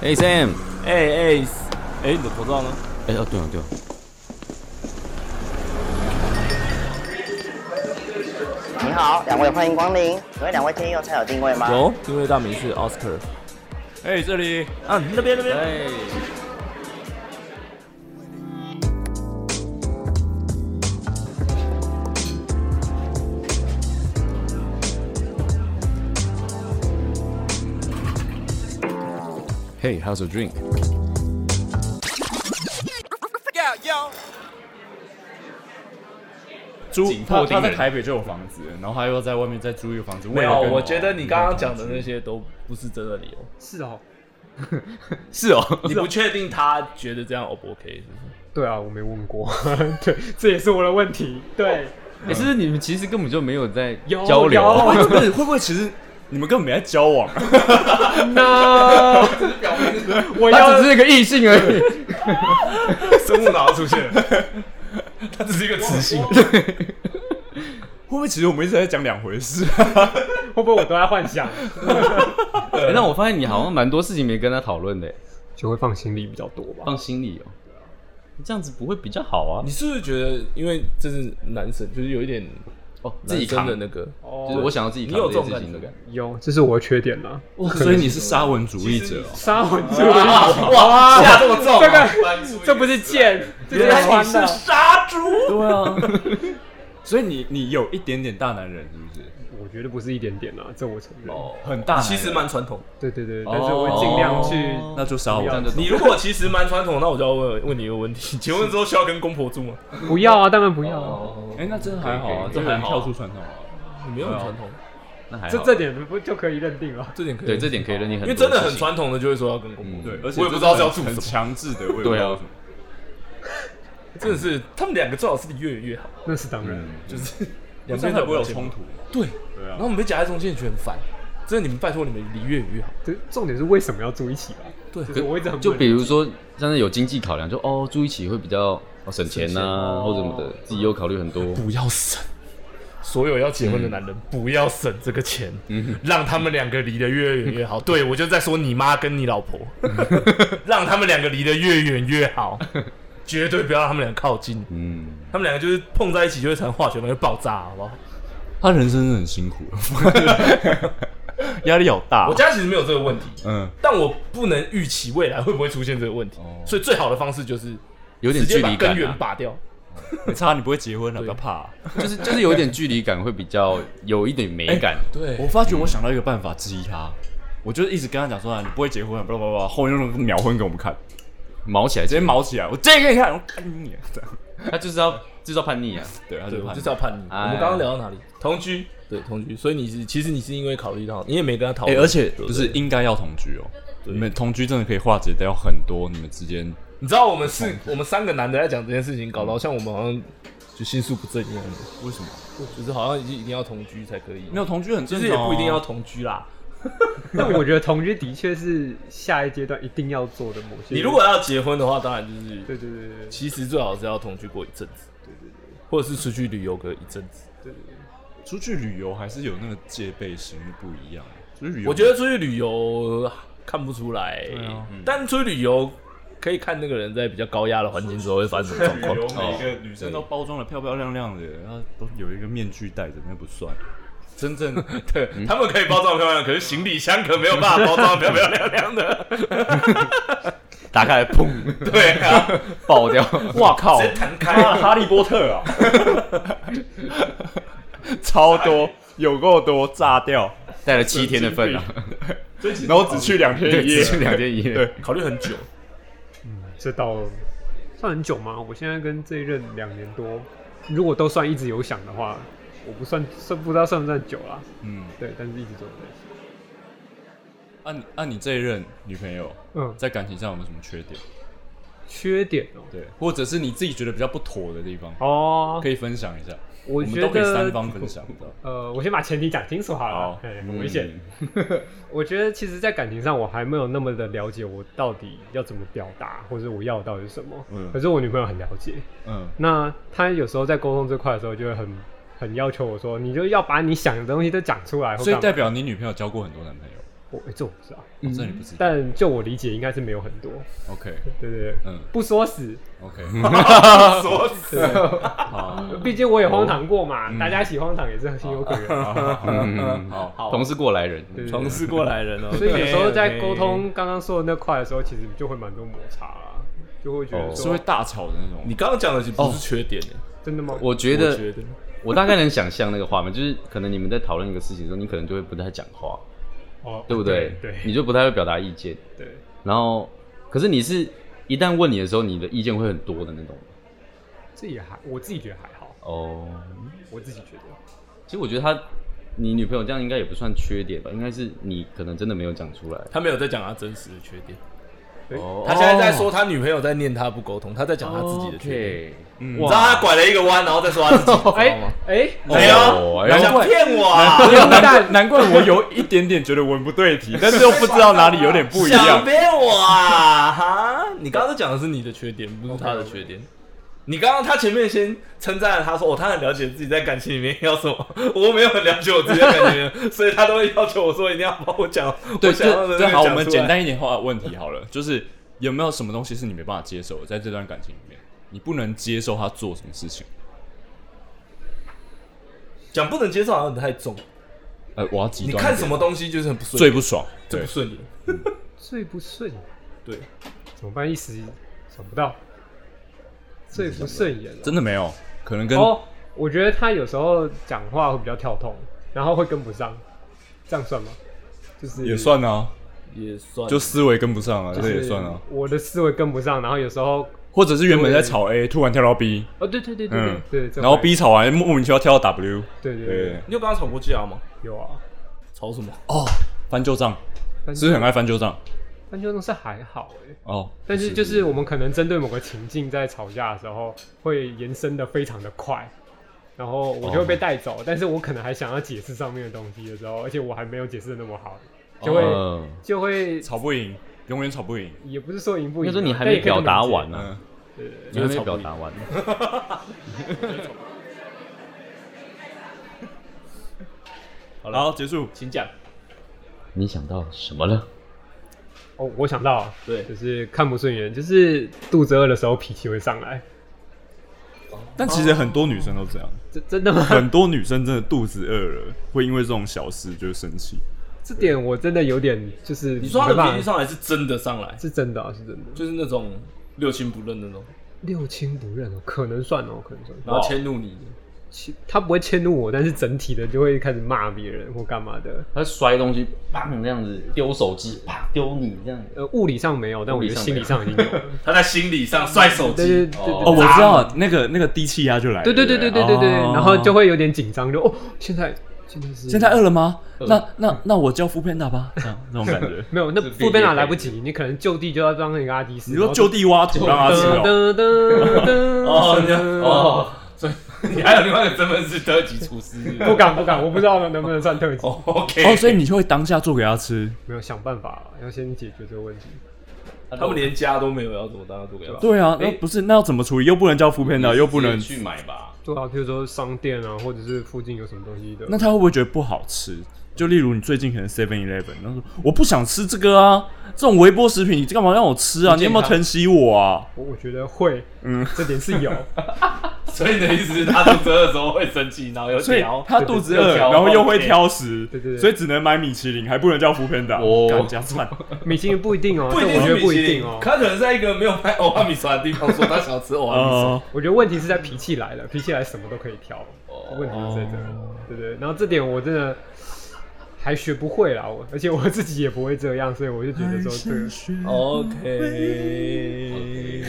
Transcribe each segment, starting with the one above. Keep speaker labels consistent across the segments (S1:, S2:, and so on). S1: 哎、Sam，
S2: 哎哎哎，你的口罩呢？
S1: 哎、哦对了对了，
S3: 您好，两位欢迎光临。请问两位建议用餐有定位吗？
S2: 有，因为大名是 Oscar。哎，这里啊，那边那边。
S1: 哎，
S4: Hey, how's a drink?
S5: 租
S6: 紧
S5: 他
S6: 迫
S5: 他
S6: 盯
S5: 在
S6: 人
S5: 台北就有房子，然后他又在外面再租一个房子。
S2: 没
S5: 为
S2: 有，
S5: 了跟
S2: 我觉得你刚刚讲的那些都不是真的理由。
S6: 是哦，
S5: 是哦，
S2: 你不确定他觉得这样 O 不 OK 是不是？
S6: 对啊，我没问过， 对，这也是我的问题。对，
S1: 哎、是不是你们其实根本就没有在
S6: 有
S1: 交 流？
S6: 有
S5: 不是哎会不会其实你们根本没在交往？啊
S6: 那 我
S1: 他
S6: 要
S1: 只是个异性而 已。
S5: 生物脑出现 了，它只是一个词性。会不会其实我们一直在讲两 回事？
S6: 会不会我都在幻想，
S1: 哎那我发现你好像蛮多事情没跟他讨论的，
S6: 就会放心里比较多吧？
S1: 放心里哦。这样子不会比较好啊
S2: 你？是不是觉得，因为这是男生，就是有一点
S1: 哦，自
S2: 男
S1: 己
S2: 生
S1: 扛
S2: 的，那个，
S1: 就是我想要自己
S2: 你
S1: 扛
S2: 有
S1: 这件
S2: 这种
S1: 事
S2: 感
S1: 情的
S2: 觉
S1: 感觉。
S6: 有，这是我的缺点啦。
S5: 所以你是沙文主义者、哦，
S6: 杀魂咒哇，下这么重，这个 这不是 剑，这是穿的。
S5: 啊所以你你有一点点大男人，是不是？
S6: 我觉得不是一点点啦，这我承认。
S5: 很
S6: 哎
S5: 大男人，
S2: 其
S5: 哦
S2: 实蛮传统。
S6: 对对对，但是我会尽量去。
S5: 那就沙文。
S2: 你如果其实蛮传统，那我就要问问你一个问 题：结婚之后需要跟公婆住吗？
S6: 不要啊，当然不要啊。
S5: 哎、那真的还好啊，这还跳出传统啊。
S2: 你没有很传统，
S1: 那还好啊
S6: 这这点不就可以认定了？
S2: 这点可以。
S1: 对这点可以认定很多
S2: 因
S1: 事
S2: 为
S1: 情，嗯
S2: 真的很传统的就会说要跟公婆住，
S5: 对，而且
S2: 嗯我也不知道是要住
S5: 这是
S2: 什
S5: 很
S2: 么，
S5: 强制的，我也不知
S1: 对
S5: 道为
S1: 啊
S5: 什么。
S2: 真的是他们两个最好是越远越好，
S6: 那是当然。
S2: 就是
S5: 两
S2: 两边
S5: 边才
S2: 才
S5: 不会有冲。突。
S2: 对，
S5: 对
S2: 然
S5: 啊
S2: 后，我们被夹在中间，觉得很烦。真的，你们拜托你们离越远越好。
S6: 这重点是为什么要住一起吧？
S2: 对
S6: 就是我一直很
S1: 就
S6: 不能
S1: 比如说，像是有经济考量，就哦住一起会比较哦省钱呐、
S2: 哦
S1: 或者什么的，自己又考虑很多。
S2: 不要省。所有要结婚的男人，
S1: 嗯
S2: 不要省这个钱，让他们两个离得越远越
S1: 嗯
S2: 好。对我就在说你妈跟你老婆，让他们两个离得越远越 好，绝对不要让他们俩靠近。
S1: 嗯，
S2: 他们两个就是碰在一起就会成化学反应会爆炸，好不好？
S5: 他人生真的很辛苦，压力好大
S2: 我。家其实没有这个问题，
S5: 嗯，
S2: 但我不能预期未来会不会出现这个问题，
S5: 哦
S2: 所以最好的方式就是
S1: 有点
S2: 直
S1: 距
S2: 接把
S1: 离感、
S2: 根
S1: 啊，
S2: 源拔掉。
S5: 没差，你不会结婚了，不要怕、
S1: 就是就是有一点距离感，会比较有一点美感。
S2: 对
S5: 我发觉我想到一个办法质疑他，我就一直跟他讲说啊，你不会结婚啊，巴拉巴拉巴拉，后面用秒婚给我们看，
S1: 毛起来，
S5: 直接毛起来，我这个给你看，我干你啊！ 这样
S1: 他就是要制造叛逆啊。
S5: 对，他
S2: 对，
S5: 就
S2: 我
S5: 怕
S2: 就
S5: 你
S2: 是要叛逆。
S1: 哎
S2: 我们刚刚聊到哪里？同居，对同居。所以你是其实你是因为考虑到，你也没跟他讨
S5: 哎、
S2: 论，
S5: 而且
S2: 对
S5: 不
S2: 对
S5: 是应该要同居哦、你们同居真的可以化解掉很多你们之间
S2: 你知道我们四我们三个男的在讲这件事情，搞得好像我们好像就心术不正一样的，
S5: 为什么
S2: 就是好像一定一定要同居才可以。
S5: 没有哦同居很
S2: 其
S5: 正
S2: 实
S5: 常、啊
S2: 也不一定要。同居啦。
S6: 但我觉得同居的确是下一阶段一定要做的某些。
S2: 你如果要结婚的话，当然就是
S6: 对对对对对
S2: 其实最好是要同居过一阵子，或者是出去旅游个一阵子。
S5: 出去旅游还是有那个戒备心不一样。出去旅游，
S2: 我觉得出去旅游看不出来
S5: 啊，
S2: 但出去旅游可以看那个人在比较高压的环境之后会发生什么状况。
S5: 每个女生都包装的漂漂亮亮的，然后都有一个面具戴着，那不算。真正
S2: 对，他们可以包装得漂亮，可是行李箱可没有办法包装得漂漂亮亮的。
S5: 打开来砰，
S2: 对啊，
S1: 爆掉。
S5: 哇靠！
S2: 直接弹开。
S5: 哈利波特啊，超多，有够多，炸掉，
S1: 带了七天的份啊，
S5: 然后只去两天一
S1: 只
S5: 夜，
S1: 去两天一夜
S5: 对。
S2: 考虑很久，
S6: 这到算很久吗？我现在跟这一任两年多，如果都算一直有想的话，我不算算不知道算不算久啦。
S5: 嗯，
S6: 对，但是一直都有在想。
S5: 按、你按、你这一任女朋友
S6: 嗯，
S5: 在感情上有没有什么缺点？
S6: 缺点哦、
S5: 对，或者是你自己觉得比较不妥的地方，
S6: 哦，
S5: 可以分享一下，
S6: 我
S5: 我们
S6: 觉
S5: 都
S6: 得
S5: 可以三方分享。
S6: 呃，我先把前提讲清楚好了，
S5: 好
S6: 哎很危险。 我觉得其实，在感情上，我还没有那么的了解我到底要怎么表达，或者我要的到底是什么。
S5: 嗯
S6: 可是我女朋友很了解，
S5: 嗯，
S6: 那她有时候在沟通这块的时候，就会很很要求我说，你就要把你想的东西都讲出来，或
S5: 所以
S6: 干嘛
S5: 代表你女朋友交过很多男朋友，
S6: 我、哎这我不知道，
S1: 嗯
S5: 哦这你不知道
S6: 但就我理解应该是没有很多。
S5: ？OK
S6: 对对对，
S5: 嗯
S6: 不说死，
S5: OK，
S2: 说死
S5: 好，
S6: 毕竟我也荒唐过嘛，大家一起荒唐也是情有可原。
S1: 嗯，
S5: 好
S1: 好，同是过来人，
S6: 对对
S5: 同
S6: 对
S5: 事过来人哦，
S6: 所以有时候在沟通刚刚说的那块的时候，其实就会蛮多摩擦啦，就会觉得
S1: 哦
S5: 是
S6: 说、
S5: 会大吵的那种。
S2: 你刚刚讲的其实不是缺点耶，
S6: 真的吗？
S1: 我觉
S5: 我
S1: 得
S5: 觉得
S1: 我大概能想象那个画面，就是可能你们在讨论一个事情的时候，你可能就会不太讲话，
S6: 哦，
S1: 对不对？
S6: 对
S1: 你就不太会表达意见。
S6: 对，
S1: 然后，可是你是一旦问你的时候，你的意见会很多的那种。
S6: 这也还我自己觉得还好，
S1: 哦，
S6: 我自己觉得
S1: 其实我觉得他，你女朋友这样应该也不算缺点吧，应该是你可能真的没有讲出来。
S2: 他没有在讲他真实的缺点，
S6: 对
S1: 哦
S2: 他现在在说他女朋友在念他不沟通，他在讲他自己的缺点。
S1: 哦
S6: 哦
S2: 嗯
S1: OK，
S2: 你知道他拐了一个弯，然后再说他自己，你知道吗？
S6: 哎，
S2: 哎
S1: 哦
S2: 呦，
S1: 哎
S2: 你
S1: 呦
S2: 想骗我啊？
S5: 难怪难怪我有一点点觉得文不对题，但是又不知道哪里有点不一
S2: 想
S5: 样。
S2: 骗我啊？哈！你刚刚讲的是你的缺点，不是他的缺点。 你刚刚他前面先称赞了他说哦，他很了解自己在感情里面要什么， 我没有很了解我自己在感情里面，所以他都会要求我说一定要帮我讲，
S5: 对，
S2: 我想要的
S5: 这
S2: 那
S5: 这
S2: 个
S5: 好，我
S2: 讲
S5: 们
S2: 出
S5: 简
S2: 来。
S5: 单一点话问题好了，就是有没有什么东西是你没办法接受的，在这段感情里面，你不能接受他做什么事情？
S2: 讲不能接受好像有点太重，
S5: 呃，我要极
S2: 你
S5: 端一点，
S2: 看什么东西就是很不顺
S5: 最
S2: 眼，
S5: 不爽？
S2: 最
S5: 对
S2: 不，顺眼。
S6: 最不顺，
S2: 对，
S6: 怎么办？一时想不到，最不顺眼了。
S5: 真的没有，可能跟
S6: 哦，我觉得他有时候讲话会比较跳痛，然后会跟不上，这样算吗？就是
S5: 也算啊，
S2: 也算
S5: 就
S2: 就
S5: 思维跟不上啊，
S6: 就
S5: 这
S6: 是
S5: 也算啊，
S6: 我的思维跟不上，然后有时候，
S5: 或者是原本在吵 A，突然跳到 B，
S6: 哦，对对对对对
S5: 嗯，
S6: 对，这
S5: 然后
S6: 会
S5: B 吵完莫名其妙跳到 W，
S6: 对对对
S5: 对，
S2: 你有跟他吵过架吗？
S6: 有啊，
S2: 吵什么？
S5: 哦，翻旧账，
S6: 但
S5: 是不是很爱翻旧账？
S6: 但就那是还好哎、
S5: 哦，
S6: 但是就是我们可能针对某个情境在吵架的时候，会延伸的非常的快，然后我就会被
S5: 哦
S6: 带走。但是我可能还想要解释上面的东西的时候，而且我还没有解释的那么好，就会、
S5: 哦
S1: 嗯，
S6: 就会
S5: 吵不赢，永远吵不赢。
S6: 也不是说赢不
S1: 应该
S6: 赢啊，
S1: 说你还
S6: 但也
S1: 没
S6: 可以这么
S1: 表达
S6: 理解
S1: 完呢、啊
S5: 嗯，
S1: 你还没表达完。
S2: 嗯
S5: 好了，好结束。
S2: 请讲。
S1: 你想到什么了？
S6: 哦，我想到了，
S2: 对
S6: 就是看不顺眼，就是肚子饿的时候脾气会上来，
S5: 但其实很多女生都这样，
S6: 这真的吗？
S5: 很多女生真的肚子饿了，会因为这种小事就生气。
S6: 这点我真的有点就是
S2: 你说他的
S6: 没办
S2: 脾气
S6: 法
S2: 上来是真的上来，
S6: 是真的、啊，是真的，
S2: 就是那种六亲不认那种，
S6: 六亲不认哦，可能算哦，可能算。
S2: 然后迁怒你，
S6: 其他不会迁怒我，但是整体的就会开始骂别人或干嘛的。
S1: 他摔东西，砰这样子，丢手机，啪丢你这样子。
S6: 呃，物理上没有，但我觉得心理上已经有了。
S2: 他在心理上摔手
S6: 对对
S2: 机，
S6: 对
S5: 哦，
S6: 对
S5: 我知道那个那个低气压就来了。
S6: 对对对对对对对，然后就会有点紧张，就哦，现在现在是。
S5: 现在饿了吗？那那那我叫副片打吧，这样那种感觉
S6: 没有，那
S1: 是
S6: 副边
S1: 变
S6: 打
S1: 变
S6: 来不及，你可能就地就要当一个阿迪斯。
S5: 你说就地挖土让他吃哦，
S6: 噔噔噔噔
S2: 哦，你
S6: 噔
S2: 哦，所以你还有另外一个身份是特级厨师是不是
S6: 不敢不敢，我不知道能不能算特技，
S2: 哦，OK，
S5: 哦，所以你就会当下做给他吃。
S6: 没有想办法，要先解决这个问题。
S2: 他们连家都没有，要怎么当家做给他？
S5: 对啊，那不是那要怎么处理？又不能叫副片啊打，又不能
S1: 自己去买 吧。
S6: 对啊，譬如说商店啊，或者是附近有什么东西的，
S5: 那他会不会觉得不好吃？就例如你最近可能 Seven Eleven，然后说我不想吃这个啊，这种微波食品你干嘛让我吃啊？
S2: 不健康
S5: 你有没有疼惜我啊？
S6: 我我觉得会，
S5: 嗯，
S6: 这点是有。
S2: 所以你的意思是，他肚子饿的时候会生气，然后又
S5: 所以
S2: 挑，
S5: 他肚子
S2: 又
S5: 饿，
S2: 挑
S5: 然后又会挑食，
S6: 对对对
S5: 所以只能买米其林，还不能叫福片达，
S1: 哦
S5: 干加蒜。
S6: 米其林不一定哦，
S2: 不一定
S6: 这我觉
S2: 是
S6: 得
S2: 米
S6: 不
S2: 其
S6: 一
S2: 林
S6: 定哦。
S2: 他可能在一个没有卖欧巴米索的地方说他想要吃欧巴米索，
S5: 呃，
S6: 我觉得问题是在脾气来了，脾气来什么都可以挑，问题是在这，对不对？然后这点我真的还学不会啦，我而且我自己也不会这样，所以我就
S5: 呃
S6: 觉
S5: 哎
S6: 得说这个
S2: 哦 OK，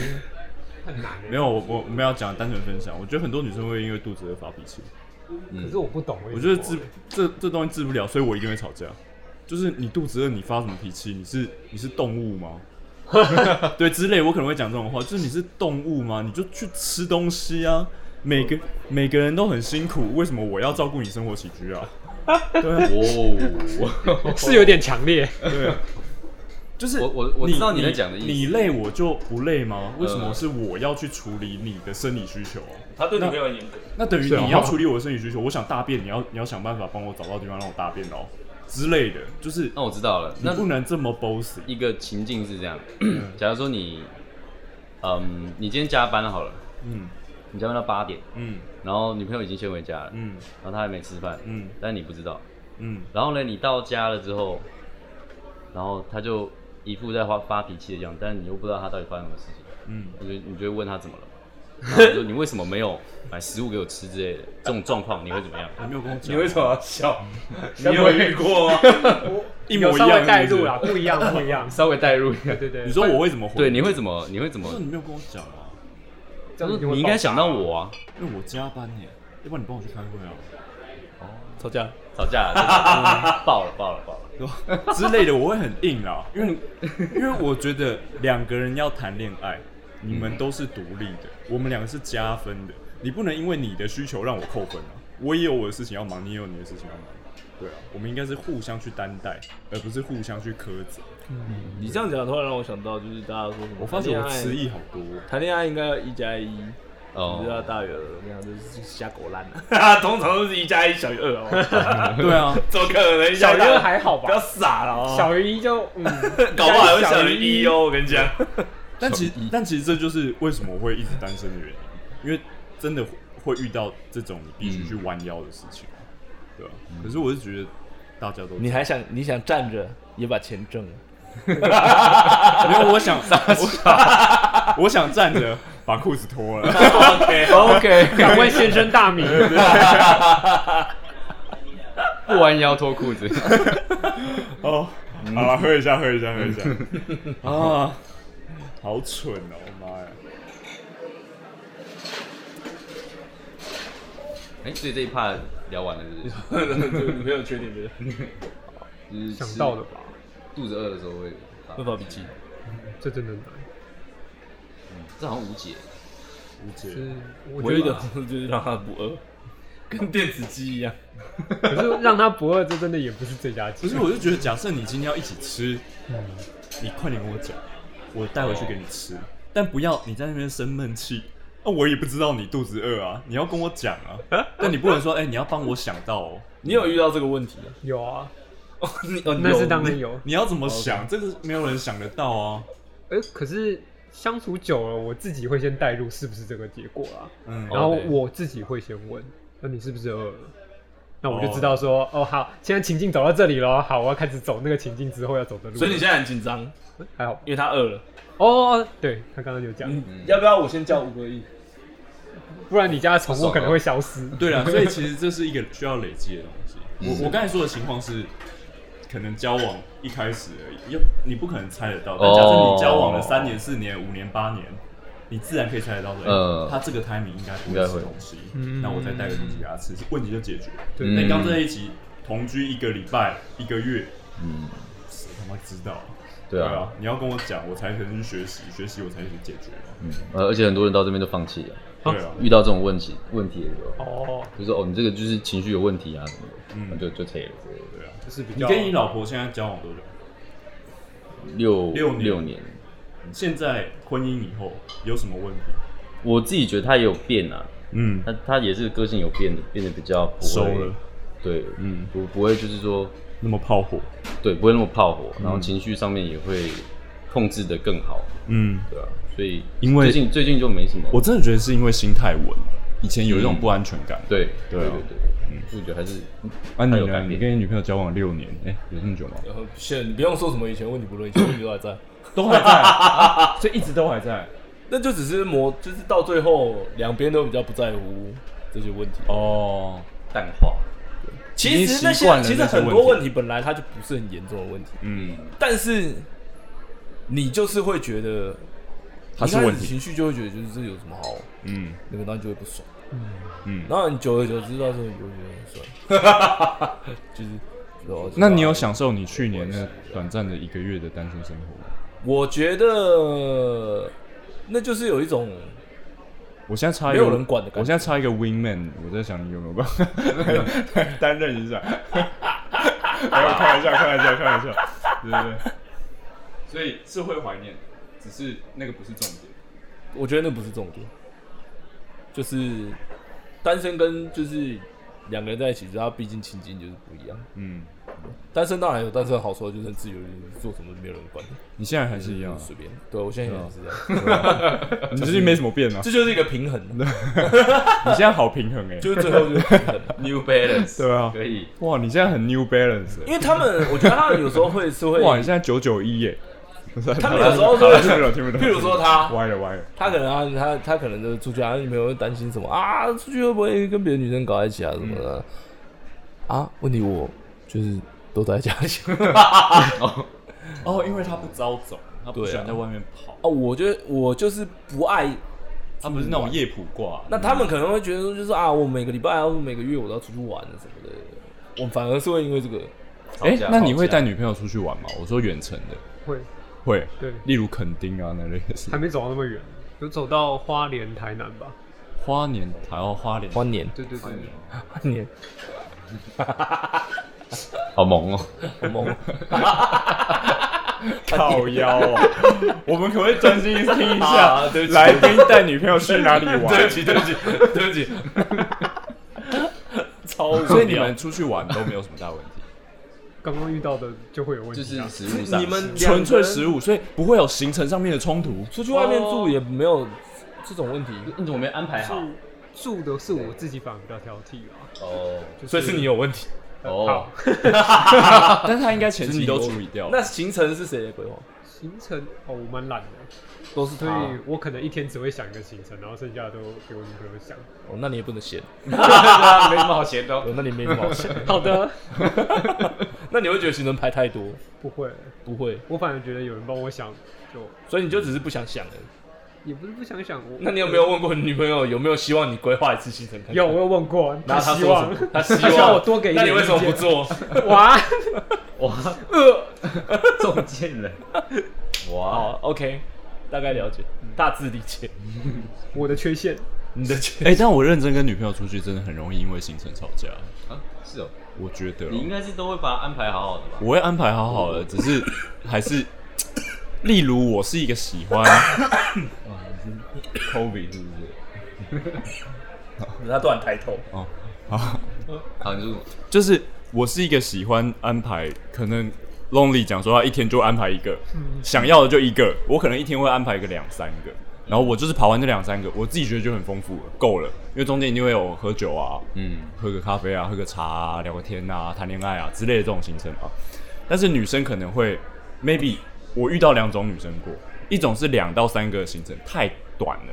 S6: 很难欸。
S5: 没有，我我我们要讲单纯分享，我觉得很多女生会因为肚子饿发脾气，
S6: 可是我不懂为什么欸，
S5: 我觉得治这这东西治不了，所以我一定会吵架。就是你肚子饿，你发什么脾气？你是你是动物吗？ 对，之类我可能会讲这种话，就是你是动物吗？你就去吃东西啊！每个每个人都很辛苦，为什么我要照顾你生活起居啊？
S1: 哦，
S6: 是有点强烈。
S5: 对，就是
S1: 我我我知道你在讲的意思呃
S5: 你累我就不累吗？为什么是我要去处理你的生理需求啊？
S2: 他对你没有严格，
S5: 那等于
S6: 是啊
S5: 你要处理我的生理需求，我想大便，你要你要想办法帮我找到地方让我大便哦。之类的，就是
S6: 哦
S1: 那我知道了，
S5: 你
S1: 那
S5: 不能这么 bossy。
S1: 一个情境是这 样，假如说你，嗯，你今天加班好了，
S5: 嗯
S1: 你加班到八点，
S5: 嗯
S1: 然后女朋友已经先回家了，
S5: 嗯
S1: 然后她还没吃饭，
S5: 嗯
S1: 但你不知道。
S5: 嗯，
S1: 然后呢，你到家了之后，然后她就一副在发发脾气的样子，但是你又不知道她到底发生什么事情，
S5: 嗯，
S1: 你就你就会问她怎么了， 然后她说你为什么没有买食物给我吃之类的，这种状况你会怎么样？。
S5: 你没有跟我讲，
S2: 你为什么要笑？你有遇过吗？
S6: 我
S5: 一模
S6: 有
S5: 一
S6: 稍微
S5: 样
S6: 带
S5: 是不是
S6: 入啦，不一样，不一 样
S1: 稍微代入一下
S6: 对，对对，
S5: 你说我为什么回？
S1: 对，你会怎么？你会怎么
S5: 不是？你没有跟我讲啊，
S6: 这
S1: 她说
S6: 样一定会
S1: 你应该
S6: 爆
S1: 想到我啊，
S5: 因为我加班耶，要不然你帮我去开会啊，
S2: 吵架？
S1: 吵架了，真的爆了，爆了，爆了。
S5: 对吧？ 之类的，我会很硬啊，因为因为我觉得两个人要谈恋爱，你们都是独立的，我们两个是加分的，你不能因为你的需求让我扣分啊，我也有我的事情要忙，你也有你的事情要忙。对啊，我们应该是互相去担待，而不是互相去苛责。
S2: 你这样讲突然让我想到，就是大家说什么？
S5: 我发现我词
S2: 义，
S5: 义好多，哦
S2: 谈恋爱应该要一加一。
S1: 哦
S2: 你知道大于二，那样就是瞎狗烂了。 通常都是一加一小于二哦。
S5: 对 啊，
S2: 怎么可能？
S6: 小于
S2: 于
S6: 二
S2: 二
S6: 还好
S2: 不要
S6: 吧，
S2: 傻了哦。
S6: 小于一就嗯，
S2: 搞不好还会小于一哦。我跟你讲，
S5: 但其但其实这就是为什么我会一直单身的原因，因为真的会遇到这种你必须去弯腰的事情，对吧、可是我是觉得大家都
S2: 你还想你想站着也把钱挣了。
S5: 没有，我想我 我想站着把裤子脱了，
S1: 哦
S2: OK，
S6: 敢问先生大 名，
S1: 不弯腰脱裤子，
S5: 哦， 好了，喝一下，喝一下，喝一下，
S2: 哦
S5: 啊，好蠢哦，我妈呀！
S1: 哎，所以这一趴聊完了，是不是？
S2: 没有缺点，没有。
S1: 就是
S6: 想
S1: 吃
S6: 到的吧，
S1: 肚子饿的时候会发
S2: 会，发脾气，
S6: 这真的难。
S1: 这好像无解。
S5: 吴姐，
S6: 是我
S2: 唯一
S6: 觉得，
S2: 的
S6: 啊
S2: 方式就是让他不饿，跟电子鸡一样。
S6: 可是让他不饿，这真的也不是最佳
S5: 不
S6: 解。
S5: 是，我就觉得，假设你今天要一起吃，你快点跟我讲，我带回去给你吃，但不要你在那边生闷气。那、我也不知道你肚子饿啊，你要跟我讲啊，但你不能说，哎、你要帮我想到哦，
S2: 你有遇到这个问题吗？
S6: 有啊，
S2: 哦，你哦，你
S6: 那
S2: 有
S6: 是当然有。
S5: 你要怎么想，这个没有人想得到啊。
S6: 哎，可是相处久了，我自己会先带入是不是这个结果啊，
S5: 嗯，
S2: 哦
S6: 然后
S1: 对
S6: 我自己会先问，那你是不是饿了？那我就知道说，哦好，现在情境走到这里了，好，我要开始走那个情境之后要走的路了。
S2: 所以你现在很紧张，
S6: 还好吧
S2: 因为他饿了。
S6: 哦，对他刚刚有讲，
S2: 嗯，要不要我先叫五个亿？
S6: 不然你家的宠物可能会消失。
S5: 对啊
S2: 啊
S5: 了，所以其实这是一个需要累积的东西。我我刚才说的情况是，可能交往一开始而已，又你不可能猜得到。但假设你交往了三年、四年、五年、八年，你自然可以猜得到说，
S1: 呃
S5: 呃，他这个 timing 应该不
S1: 应该会
S5: 会吃东西
S6: 嗯，
S5: 那我再带个东西给他吃，问题就解决了。
S6: 对
S5: 那你刚在一起同居一个礼拜、一个月，
S1: 嗯，
S5: 谁他妈知道？
S1: 对啊，，
S5: 你要跟我讲，我才可能去学习，学习我才去解决嘛。
S1: 呃，而且很多人到这边就放弃了，
S5: 对啊，
S1: 遇到这种问题问题的时候，
S6: 哦，
S1: 就说哦，你这个就是情绪有问题啊什么的，
S5: 嗯
S1: 那就就退了之类的。
S5: 对啊。
S6: 就是比
S5: 你
S6: 较
S5: 跟你老婆现在交往多久？
S1: 六
S5: 六年
S1: 六年，
S5: 现在婚姻以后有什么问题？
S1: 我自己觉得他也有变啊，
S5: 嗯，
S1: 他他也是个性有变的，变得比较不会
S5: 收了，
S1: 对，
S5: 嗯
S1: 不不会就是说
S5: 那么炮火，
S1: 对不会那么炮火，然后情绪上面也会控制的更好，
S5: 嗯，
S1: 对啊，所以
S5: 因为
S1: 最近最近就没什么，
S5: 我真的觉得是因为心太稳，以前有一种不安全感。
S1: 对
S5: 对啊
S1: 对对，嗯，我觉得还是
S5: 啊，你
S1: 还有改
S5: 呢？
S1: 变
S5: 你跟你女朋友交往六年，哎、有这么久吗？
S2: 然后现在你不用说什么以前问题不论，以前问题都还在。
S5: 都还在，所以一直都还在。
S2: 那就只是磨，就是到最后两边都比较不在乎这些问题。
S5: 哦，
S1: 淡化，
S2: 其实那
S5: 已经习惯
S2: 些其
S5: 了
S2: 实
S5: 那些
S2: 很多
S5: 问
S2: 问题本来它就不是很严重的问题，
S5: 嗯，
S2: 但是你就是会觉得
S5: 它是
S2: 你一开始
S5: 问题
S2: 情绪就会觉得就是这有什么好
S5: 嗯，
S2: 那个，然后你就会不爽，
S5: 嗯
S2: 然后你久而久之到时候你就会觉得 很爽，就是。啊就是
S5: 那你有？享受你去年那短暂的一个月的单身生活吗？
S2: 啊我觉得那就是有一种
S5: 我现在插一
S2: 没
S5: 个，
S2: 有人管的感觉
S5: 我现在插一个 wing man，我在想你有没有办法 担任 一下？没有，开玩笑，开玩笑，开玩笑，对对对。所以是会怀念，只是那个不是重点。
S2: 我觉得那不是重点，就是单身跟就是两个人在一起，他毕竟情境就是不一样。
S5: 嗯，
S2: 的。单身当然有单身的好处，就是很自由，你做什么都没有人管你，
S5: 你现在还是一样
S2: 就
S5: 啊
S2: 是，随便。对我现在也是这样，
S5: 你最近没什么变嗯啊，
S2: 这就是一个平衡，
S5: 你现在好平衡哎、
S2: 就是最后就是平衡。
S1: New Balance，
S5: 对啊
S1: 可以，
S5: 哇，你现在很 New Balance，、欸
S2: 因为他们，我觉得他们有时候会是 会，
S5: 哇，你现在九九一耶，
S2: 他们有时候是
S5: 好了听不懂，听不懂，
S2: 譬如说他
S5: 歪了歪了，
S2: 他可能啊他他他可能就是出去啊，女朋友会担心什么啊，出去会不会跟别的女生搞在一起啊什么
S5: 嗯
S2: 的、啊？问题我就是都待在家里啊，
S5: 哦，因为他不招走，他不
S2: 对啊
S5: 喜欢在外面跑，
S2: 我觉得我就是不爱。
S5: 他不是那种夜普挂，啊
S2: 那他们可能会觉得说，就是啊，我每个礼拜啊或者每个月我都要出去玩什么的，我反而是会因为这个，
S5: 哎、
S1: 吵架
S5: 那你会
S1: 吵架
S5: 带女朋友出去玩吗？我说远程的，
S6: 会
S5: 会，
S6: 对
S5: 例如垦丁啊那类的事
S6: 还。没走到那么远，有走到花莲、台南吧？
S5: 花莲，台湾花莲，
S2: 欢年
S6: 对对对，对
S2: 欢年，
S1: 好萌哦！
S2: 好梦，
S5: 靠腰哦。 我们可不可以专心听一下
S2: 啊对不起
S5: 来宾带女朋友去哪里玩？
S2: 起对不起对 不起，超无
S5: 所以你
S2: 聊
S5: 们。出去玩都没有什么大问题，
S6: 刚刚遇到的就会有问题
S1: 就
S6: 啊。
S1: 是食物上，
S2: 你们
S5: 纯粹
S2: 物。
S5: 食物，所以不会有行程上面的冲突。
S2: 出去外面住也没有这种问题，
S1: 你怎么没安排好？
S6: 住的是我自己反而比较挑剔啊，
S1: 哦
S6: 就
S2: 有问题。
S1: 哦，
S5: 但是他应该前期都处理掉。
S2: 那行程是谁的规划？
S6: 行程哦，我蛮懒的，
S2: 都是
S6: 所
S2: 他。
S6: 以我可能一天只会想一个行程，然后剩下的都给我女朋友 想。
S2: 哦，那你也不能闲，
S1: 没什么好闲的哦
S2: 哦。那你没什 么好闲。
S6: 好的，
S2: 那你会觉得行程排太多？
S6: 不会，
S2: 不会，
S6: 我反而觉得有人帮我想，就
S2: 所以你就只是不想想而已。
S6: 也不是不想想我。
S2: 那你有没有问过你女朋友有没有希望你规划一次行程看看？
S6: 有，我有问过，
S2: 那她
S6: 希
S2: 说什
S6: 望
S2: 么？她希望
S6: 希望我多给一
S2: 那
S6: 点
S2: 你为什么不做？
S6: 哇，
S1: 哇，中箭了！哇，
S2: 好，OK，大概了解，大致理解
S6: 我的缺陷，
S2: 你的缺。
S5: 哎、但我认真跟女朋友出去，真的很容易因为行程吵架。
S1: 啊，是哦，
S5: 我觉得
S1: 你应该是都会把它安排好好的吧？
S5: 我会安排好好的，只是还是，例如我是一个喜欢
S1: Kobe 是不是？
S2: 他突然抬头，
S5: 哦，好，
S1: 好，你说什么
S5: 就是我是一个喜欢安排，可能 Lonely 讲说他一天就安排一个，想要的就一个，我可能一天会安排个两三个，然后我就是跑完这两三个，我自己觉得就很丰富了，够了，因为中间一定会有喝酒啊，
S1: 嗯，
S5: 喝个咖啡啊，喝个茶啊，聊个天啊，谈恋爱啊之类的这种行程啊。但是女生可能会，maybe 我遇到两种女生过，一种是两到三个行程太短了，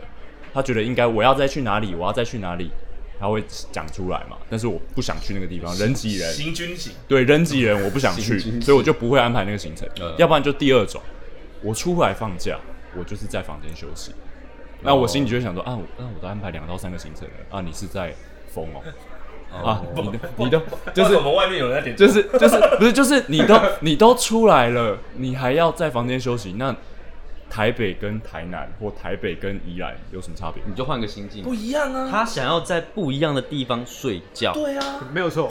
S5: 她觉得应该我要再去哪里，我要再去哪里，她会讲出来嘛。但是我不想去那个地方，人挤人，
S2: 行军行，
S5: 对人挤人我不想去，
S1: 行行行
S5: 所以我就不会安排那个行程。
S1: 嗯
S5: 要不然就第二种，我出来放假，我就是在房间休息。那我心里就会想说啊，我那我都安排两到三个行程了啊，你是在疯哦、啊，
S2: 哦
S5: 你的你都
S2: 就是我们外面有人在点头，
S5: 就是 就是不是就是你都 你都出来了，你还要在房间休息，那台北跟台南或台北跟宜兰有什么差别？
S1: 你就换个心境
S2: 不。一样啊。
S1: 他想要在不一样的地方睡觉，
S2: 对啊，
S6: 没有错，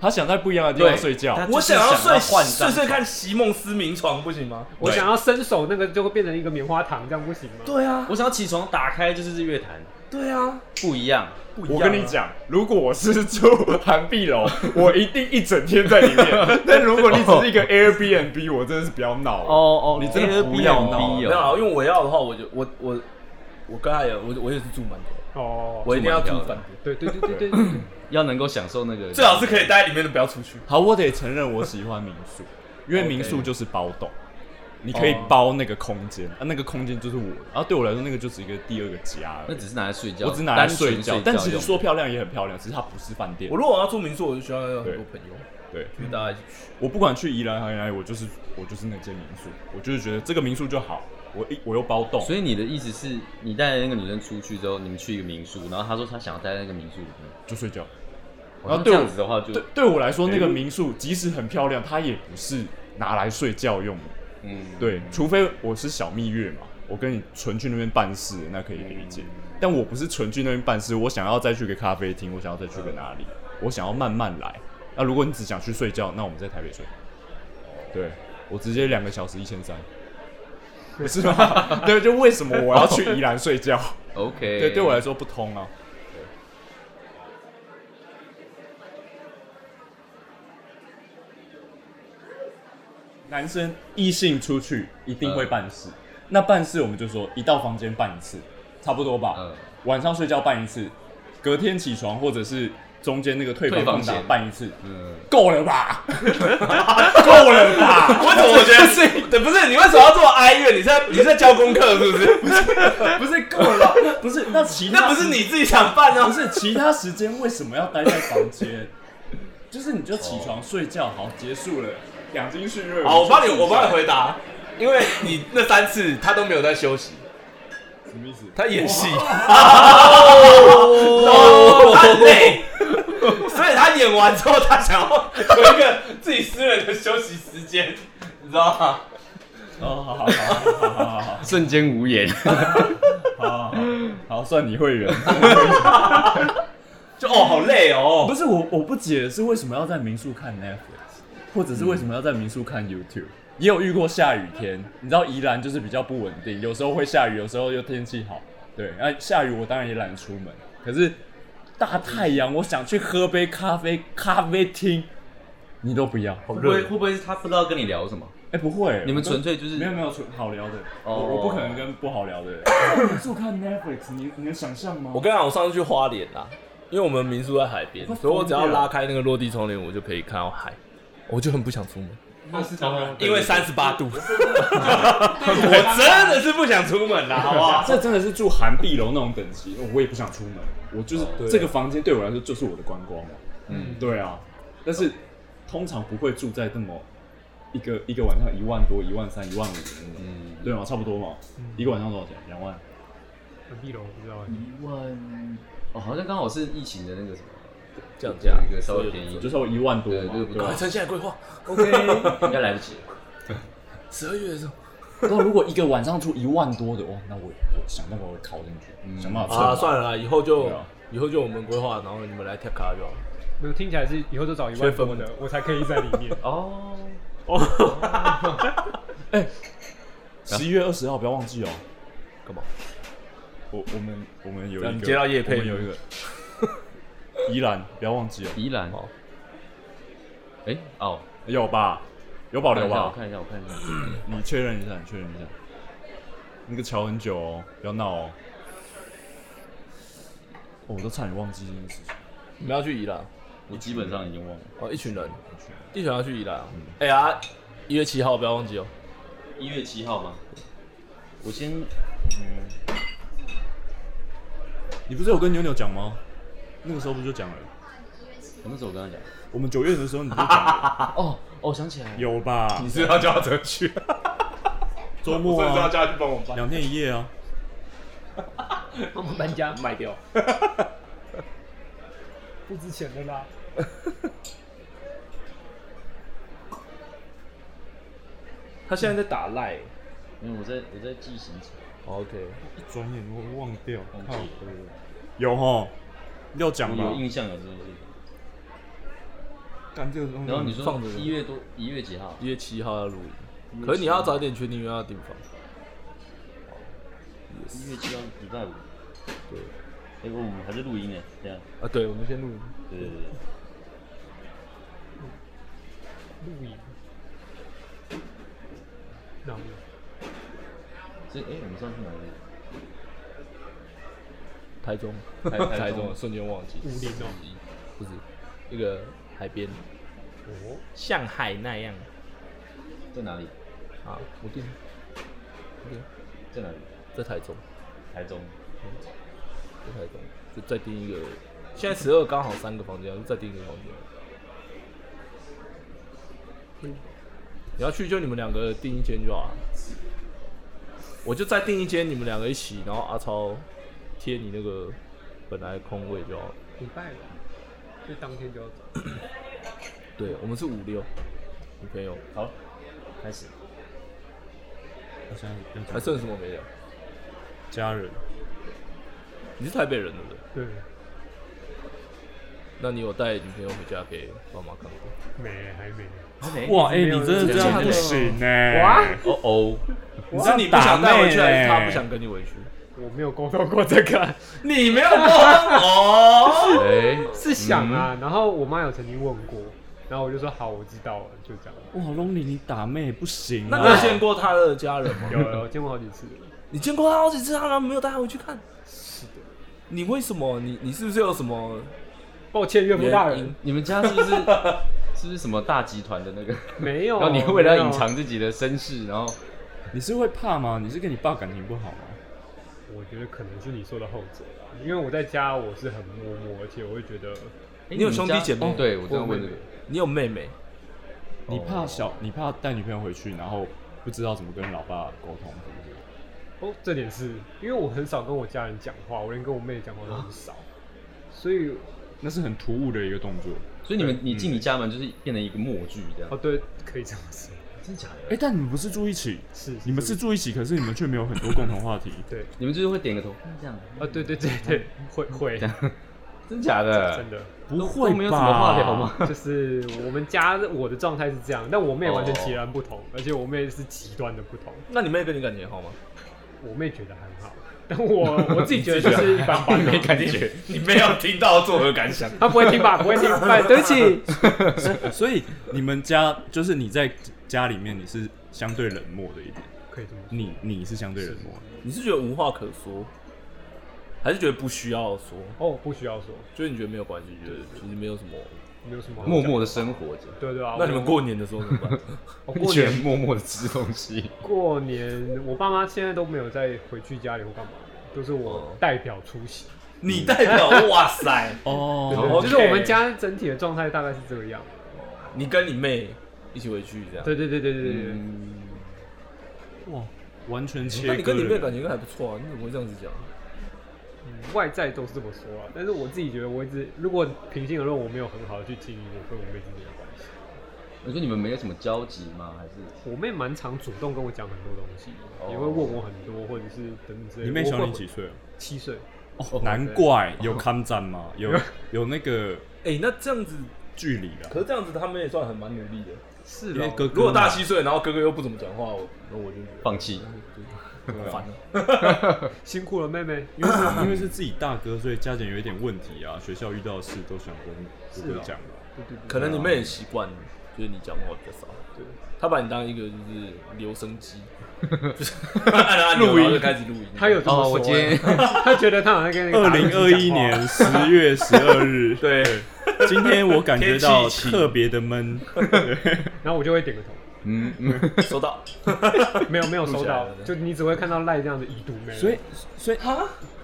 S5: 他想在不一样的地方
S1: 对
S5: 睡觉，
S1: 他
S2: 我
S1: 就是
S2: 想要
S1: 想要
S2: 睡
S1: 换
S2: 睡
S1: 张
S2: 睡看席梦思明床，不行吗？
S6: 我想要伸手那个就会变成一个棉花糖，这样不行吗？
S2: 对啊，
S1: 我想要起床打开就是日月潭，
S2: 对啊，
S1: 不一样。
S2: 不一
S5: 我
S2: 样啊
S5: 跟你讲，如果我是住韩碧楼， 我一定一整天在里 面。但如果你只是
S2: 哦
S5: 一个 Airbnb，我真的是不要闹了。
S1: 哦哦，你
S5: 真的不要
S1: 哦
S5: 闹
S2: 没有啊，因为我要的话，我就我我我跟他也我我也是住满的，
S6: 哦，
S2: 我一定要住
S1: 住满
S2: 饭
S1: 的
S6: 对
S2: 店，
S6: 对对对对对，
S1: 要能够享受那个，
S2: 最好是可以待在里面的，不要出去。
S5: 好，我得承认我喜欢民宿，因为民宿就是包栋，你可以
S1: 哦
S5: 包那个空间，啊，那个空间就是我的，然后对我来说，那个就只是一个第二个家而
S1: 那
S5: 已。
S1: 只是拿来睡觉，
S5: 我只拿来睡
S1: 单纯
S5: 觉，
S1: 觉，
S5: 但其实说漂亮也很漂亮，只是它不是饭店
S2: 我。如果我要住民宿，我就需要有很多朋友，
S5: 对，
S2: 就是大家一起去。
S5: 我不管去宜兰还是哪里，我就是我就是那间民宿，我就是觉得这个民宿就好，我一我又包栋，
S1: 所以你的意思是你带那个女生出去之后，你们去一个民宿，然后她说她想要待在那个民宿里面，
S5: 就睡觉。
S1: 然
S5: 然
S1: 后
S5: 后
S1: 哦这
S5: 对我
S1: 样子的话就
S5: 对，对我来说，那个民宿即使很漂亮，它也不是拿来睡觉用的。
S1: 嗯，
S5: 对，除非我是小蜜月嘛，我跟你纯去那边办事，那可以理解。但我不是纯去那边办事，我想要再去个咖啡厅，我想要再去个哪里，我想要慢慢来。那如果你只想去睡觉，那我们在台北睡。对，我直接两个小时一千三。不是吗？ 对，就为什么我要去宜兰睡觉？
S1: ，OK，
S5: 对，对我来说不通啊。男生异性出去一定会办事，那办事我们就说一到房间办一次，差不多吧。
S1: 嗯
S5: 晚上睡觉办一次，隔天起床或者是中间那个退房
S1: 退房
S5: 空档
S1: 前
S5: 办一次，
S1: 嗯，
S5: 够了吧？ 够了吧？
S2: 为什么我觉得是？ 对，不是你为什么要做哀怨？你是在你是在教功课是不是？
S5: 不是 够了吧？不是，那其他
S2: 那不是你自己想办
S5: 不
S2: 哦。
S5: 是其他时间为什么要待在房间？ 就是你就起床睡觉，好结束了，养精蓄锐。
S2: 好，我
S5: 们
S2: 帮
S5: 就
S2: 你，我帮你
S5: 睡
S2: 回答，因为你那三次他都没有在休息，
S5: 觉，什么意思？
S2: 他演戏， 哦，他很累，所以他演完之后，他想要有一个自己私人的休息时间，你知道吗？
S5: 哦，好好好好好好好好
S1: 瞬间无言。
S5: 好好，好算你会员。
S2: 就哦，好累哦
S5: 不，是我，我不解的是为什么要在民宿看 Netflix，或者是为什么要在民宿看 YouTube。也有遇过下雨天，你知道宜兰就是比较不稳定，有时候会下雨，有时候又天气好。对，那、下雨我当然也懒得出门，可是大太阳，我想去喝杯咖啡，咖啡厅你都不要。
S1: 会不会会不会是他不知道跟你聊什么？
S5: 哎、不会，
S1: 你们
S5: 我都
S1: 纯粹就是
S5: 没有没有纯好聊的，
S1: 哦
S5: 我我不可能跟不 好聊的人。在民宿看 Netflix，你你能想象吗？
S2: 我跟你讲，我上次去花莲啦，因为我们民宿在海边
S5: 我，会
S2: 所以我只要
S5: 疯掉
S2: 拉开那个落地窗帘，我就可以看到海，我就很不想出门，
S6: 那是当然，
S2: 因为三十八 度，我真的是不想出门啦，好不 好？
S5: 啊这真的是住韩碧楼那种等级，我也不想出门。我就是、
S2: 哦对啊
S5: 这个房间对我来说就是我的观光了。
S1: 嗯
S5: 对啊，但是通常不会住在那么一个一个晚上一万多、一万三、一万五的那种，
S1: 嗯，
S5: 对啊吗？差不多嘛，一个晚上多少钱？两万？
S6: 很碧龙我不知道欸，
S1: 一万哦，好像刚好是疫情的那个什么，
S2: 降价
S1: 有一个稍微便宜一
S5: 就
S1: 点，
S5: 是我一万多
S1: 对
S5: 嘛
S1: 这个，不
S5: 对啊吧
S1: 高
S2: 快？趁现在规划，
S1: 应该来不及了。
S2: 十二月的时候
S5: 那如果一个晚上住一万多的，哇，哦那我我想办法我考进去，想办法
S2: 啊，
S5: 蹭
S2: 算了啦，以后就
S5: 对啊
S2: 以后就我们规划，然后你们来跳卡就好了。
S6: 没有听起来是以后都找一
S2: 缺
S6: 万
S2: 分
S6: 多的，我才可以在里面。
S1: 哦，
S5: 十一月二十号不要忘记哦。
S2: 干嘛？
S5: 我我们我们有
S2: 那
S5: 一
S2: 你
S5: 个
S2: 接到业配
S5: 我们有一个宜兰，不要忘记哦，
S1: 宜兰
S2: 哦，
S1: 哎哦，
S5: 有吧？有啊保
S1: 看
S5: 留
S1: 一下，我
S5: 吧？
S1: 看一下，我看一下，
S5: 你确认一下，你确认一下。那个桥很久哦，不要闹哦。哦我都差点忘记这件事情。
S2: 你们要去宜兰
S1: 我基本上已经忘了。
S2: 哦，一群人，一群人要去宜兰啊。哎呀，一月七号不要忘记哦。
S1: 一月七号吗？我先，
S5: 你不是有跟牛牛讲吗？那个时候不就讲了？
S1: 我那时候我跟他讲，
S5: 我们九月的时候你就讲了，
S1: 哦哦，想起来了，
S5: 有吧？
S2: 是要叫他怎么去？
S5: 周末啊，
S2: 叫他去 帮我搬
S5: 两天一夜啊。
S6: 我们搬家
S2: 卖掉。
S6: 不值钱的啦，
S2: 他现在在打赖。
S1: 没有，我在我在记行程。
S2: 哦 OK，
S5: 一转眼我忘掉，靠背有哈，要讲
S1: 我
S5: 吧
S1: 有？印象有这件事情，
S5: 干这个东西
S1: 然后你说
S2: 放着
S1: 一月多一月几号？
S2: 一月七号要录音，可是你要早点确定，因为要订房。
S1: 一月七号礼拜五。
S2: 对，
S1: 哎、我们还在录音呢，这样。
S2: 啊，对，我们先录音。
S1: 对对对。
S6: 露营，然后
S1: 所以，哎、我们上次哪里？
S2: 台中，
S1: 台
S2: 台
S1: 台
S2: 中，嗯
S1: 中
S2: 瞬间忘记。
S6: 武林哦
S2: 不是，那个海边，
S6: 哦，
S2: 像海那样
S1: 在哪里？
S2: 啊。我订，我订
S1: 在哪里？
S2: 在台中。
S1: 台中。
S2: 在台中，就再订一个。现在十二刚好三个房间，就再订一个房间。嗯你要去就你们两个订一间就好了，我就再订一间，你们两个一起，然后阿超贴你那个本来空位就好了。
S6: 礼拜五，就当天就要走。
S2: 对，我们是五六，女朋友
S1: 好，开始。
S5: 我现在要
S2: 还
S5: 讲
S2: 剩什么没有？
S5: 家人，
S2: 你是台北人对不对？
S6: 对，
S2: 那你有带女朋友回家给爸妈看过？
S6: 没还没，
S5: 哇，哎、
S6: 没有
S5: 你真的这样不行欸呢、
S6: 哇
S1: 哦哦，
S2: 你是你不想带回去，还是他不想跟你回去？
S6: 我没有沟通过这个，
S2: 你没有沟通哦。
S1: 哎、
S6: 是想啊。然后我妈有曾经问过，然后我就说好，我知道了，就这样。
S5: 哇，Lonely，你打妹不 行
S2: 那你有
S5: 啊！
S2: 见过他的家人吗？
S6: 有了，我见过好几次了。
S2: 你见过他好几次，他没有带他回去看。你为什么？你你是不是有什么
S6: 抱歉，岳父大人
S2: 原因，
S1: 你们家是不 是是不是什么大集团的那个？
S6: 没有。
S1: 然后你为了
S6: 没有
S1: 隐，藏自己的身世，然后
S5: 你是会怕吗？你是跟你爸感情不好吗？
S6: 我觉得可能是你说的后者吧，因为我在家我是很默默，而且我会觉得
S1: 诶
S2: 你有
S1: 们
S2: 兄弟
S1: 家
S2: 姐妹
S1: 哦对，我
S2: 我
S1: 正要问
S2: 妹
S1: 这
S2: 妹
S1: 个。
S2: 你有妹妹？
S5: 你怕
S1: 哦
S5: 小，你怕带女朋友回去，然后不知道怎么跟老爸沟通，是不是？
S6: 哦，这点是因为我很少跟我家人讲话，我连跟我妹讲话都很少，所以
S5: 那是很突兀的一个动作。
S1: 所以你们你进你家门就是变成一个默剧这
S6: 哦
S1: 样，
S6: 对，可以这样说，
S1: 真的假的？
S5: 哎、但你们不是住一起，
S6: 是
S5: 你们是住一起，可是你们却没有很多共同话题。
S6: 对
S1: 你们就是会点个头这样，
S6: 啊对对对对，会会
S1: 真假的？
S6: 真的。
S1: 都
S5: 不会
S1: 都
S5: 吧？
S1: 没有什么话聊吗？
S6: 就是我们家我的状态是这样，但我妹完全截然不同，而且我妹是极端的不同。
S2: 那你妹跟你感情好吗？
S6: 我妹觉得很好，但我我自己觉得就是一般般，没感觉。
S2: 你没有听到作何感想？
S6: 她不会听吧？不会听，哎，对不起。
S5: 所以你们家就是你在家里面你是相对冷漠的一点，
S6: 可以这么说，
S5: 你你是相对冷漠的。
S2: 你是觉得无话可说，还是觉得不需要说？
S6: 哦，不需要说，
S2: 就是你觉得没有关系，觉得其实没有什么。
S6: 没有什么好
S1: 默
S6: 讲。
S1: 默的生 活着，
S6: 对对啊，
S2: 那你们
S6: 我
S2: 过年的时候怎么办？
S6: 哦
S1: 一
S6: 过
S1: 群人
S6: 年
S1: 默默的吃东西。
S6: 过年，我爸妈现在都没有再回去家里或干嘛，都是我
S2: 哦
S6: 代表出席。
S2: 你代表，哇 塞，
S5: 哦
S2: 对
S6: 对
S2: OK
S6: 就是我们家整体的状态大概是这个样。
S2: 你跟你妹一起回去这样。
S6: 对对对对对对对。
S1: 嗯，
S5: 哇，完全切割
S2: 那
S5: 了。
S2: 你跟你妹感情应该还不错啊，你怎么会这样子讲？
S6: 外在都是这么说啊，但是我自己觉得，我一直如果平心而论，我没有很好的去经营我跟我妹之间的关系。
S1: 我说你们没有什么交集吗？还是
S6: 我妹蛮常主动跟我讲很多东西，
S1: 哦
S6: 也会问我很多，或者是等等之类的。
S5: 你妹小
S6: 我
S5: 你
S6: 会
S5: 几？岁啊？
S6: 七岁。
S5: 哦，难怪有抗战吗？有有那个
S2: 哎、那这样子，
S5: 距离啊。
S2: 可是这样子他们也算很蛮努力的。
S6: 是
S5: 因为
S6: 哦。
S5: 哥哥
S2: 如果大七岁，然后哥哥又不怎么讲话，我那我就觉得
S1: 放弃？
S5: 对啊
S2: 很烦了。
S6: 辛苦了，妹妹。
S5: 因为是 因为是自己大哥，所以家庭有一点问题啊，学校遇到的事都想跟哥哥讲吧。
S6: 对对对
S2: 可能你妹也习惯，就是你讲话比较少，
S6: 对。
S2: 她把你当一个就是留声 机，就是按了按钮然后就开始录音。
S6: 她有这么
S1: 哦，
S6: 说、
S1: 我今 天
S6: 欸她觉得她好像跟那个
S5: 二
S6: 打游戏
S5: 零
S6: 讲话
S5: 二一年十月十二日，
S2: 对，
S5: 今天我感觉到
S2: 天气晴
S5: 特别的闷，
S6: 然后我就会点个头。
S1: 嗯嗯，
S2: 收到。
S6: 没有没有
S2: 录
S6: 收
S2: 下来
S6: 到
S2: 了，对
S6: 就你只会看到赖这样的已读没了。
S5: 所以所以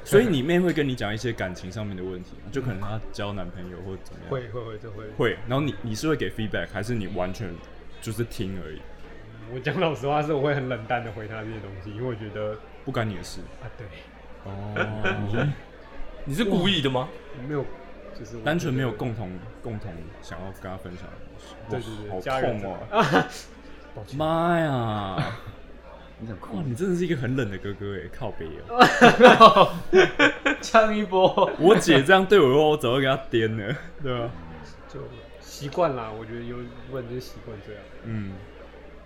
S5: 所以你妹会跟你讲一些感情上面的问题吗，就可能她交男朋友或怎么样，
S6: 会会会这会，
S5: 会，然后你你是会给 feedback，还是你完全就是听而已，
S6: 我讲老实话是我会很冷淡的回他这些东西，因为我觉得
S5: 不干你的事？
S6: 啊对，
S5: 哦，
S2: 你是故意的吗？
S6: 我没有就是我
S5: 单纯没有
S6: 觉得
S5: 共同共同想要跟她分享的东西，
S6: 对对
S5: 哇
S6: 对，家人
S5: 好痛哦、
S6: 啊，
S5: 妈呀！
S1: 你想哭
S5: 哇，？你真的是一个很冷的哥哥哎，靠北哦！
S1: 呛一波。
S5: 我姐这样对我的话，我早就给她颠了，对吧、
S6: 啊就习惯啦，我觉得有问就是习惯这样。
S5: 嗯，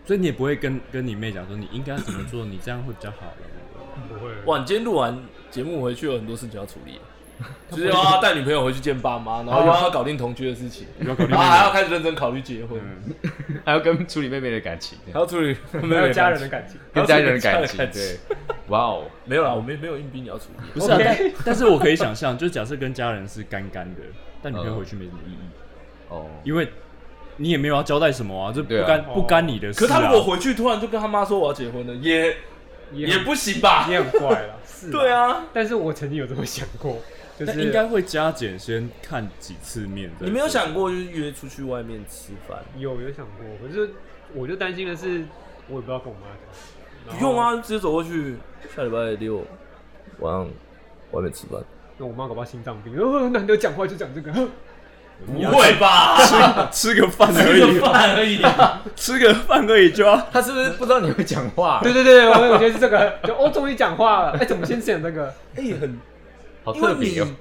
S5: 所以你也不会跟跟你妹讲说你应该怎么做，你这样会比较好。
S6: 不会，
S2: 哇，你今天录完节目回去有很多事情要处理，就是要要带女朋友回去见爸妈，然后又要搞定同居的事情，
S5: 要搞定妹
S2: 然
S5: 妹
S2: 后还要开始认真考虑结婚，
S5: 嗯，
S1: 还要跟处理妹妹的感情，
S2: 还要 处理没
S6: 没有家人的感情。
S1: 跟家人的
S2: 还要
S1: 感
S2: 处
S1: 情
S2: 理，家人
S1: 对，哇哦，
S2: 没有啦，我没没有硬逼你要处理，
S5: 不是啊
S6: OK
S5: 但但是我可以想象，就假设跟家人是干干的，但你朋友
S1: 嗯
S5: 回去没什么意义，
S1: 哦，
S5: 因为你也没有要交代什么啊，这不
S1: 对啊
S5: 干、
S6: 哦
S5: 不干你的
S2: 可
S5: 事、啊。
S2: 是他如果回去突然就跟他妈说我要结婚了，也
S6: 也
S2: 也啊
S6: 很
S2: 不行吧？
S6: 也很怪 啦，是。
S2: 对，啊，
S6: 但是我曾经有这么想过，就
S5: 但
S6: 是
S5: 应该会加减先看几次面再说。
S2: 你没有想过就是约出去外面吃饭？
S6: 有有想过，可是我就担心的是，我也不知道跟我妈讲。
S2: 不用，啊，直接走过去，下礼拜六晚上外面吃饭，
S6: 那我妈搞不好心脏病， 呃难得讲话就讲这个。
S2: 不会吧？
S5: 吃个饭而
S2: 吃个
S5: 已，
S2: 饭而已。
S5: 吃个饭而已就要
S1: 他是不是不知道你会讲话？
S6: 对对对，我我觉得是这个， 就哦，终于讲话了。哎、怎么先讲这个？
S2: 哎、很
S1: 好
S2: 因为
S1: 特别哦
S2: 你。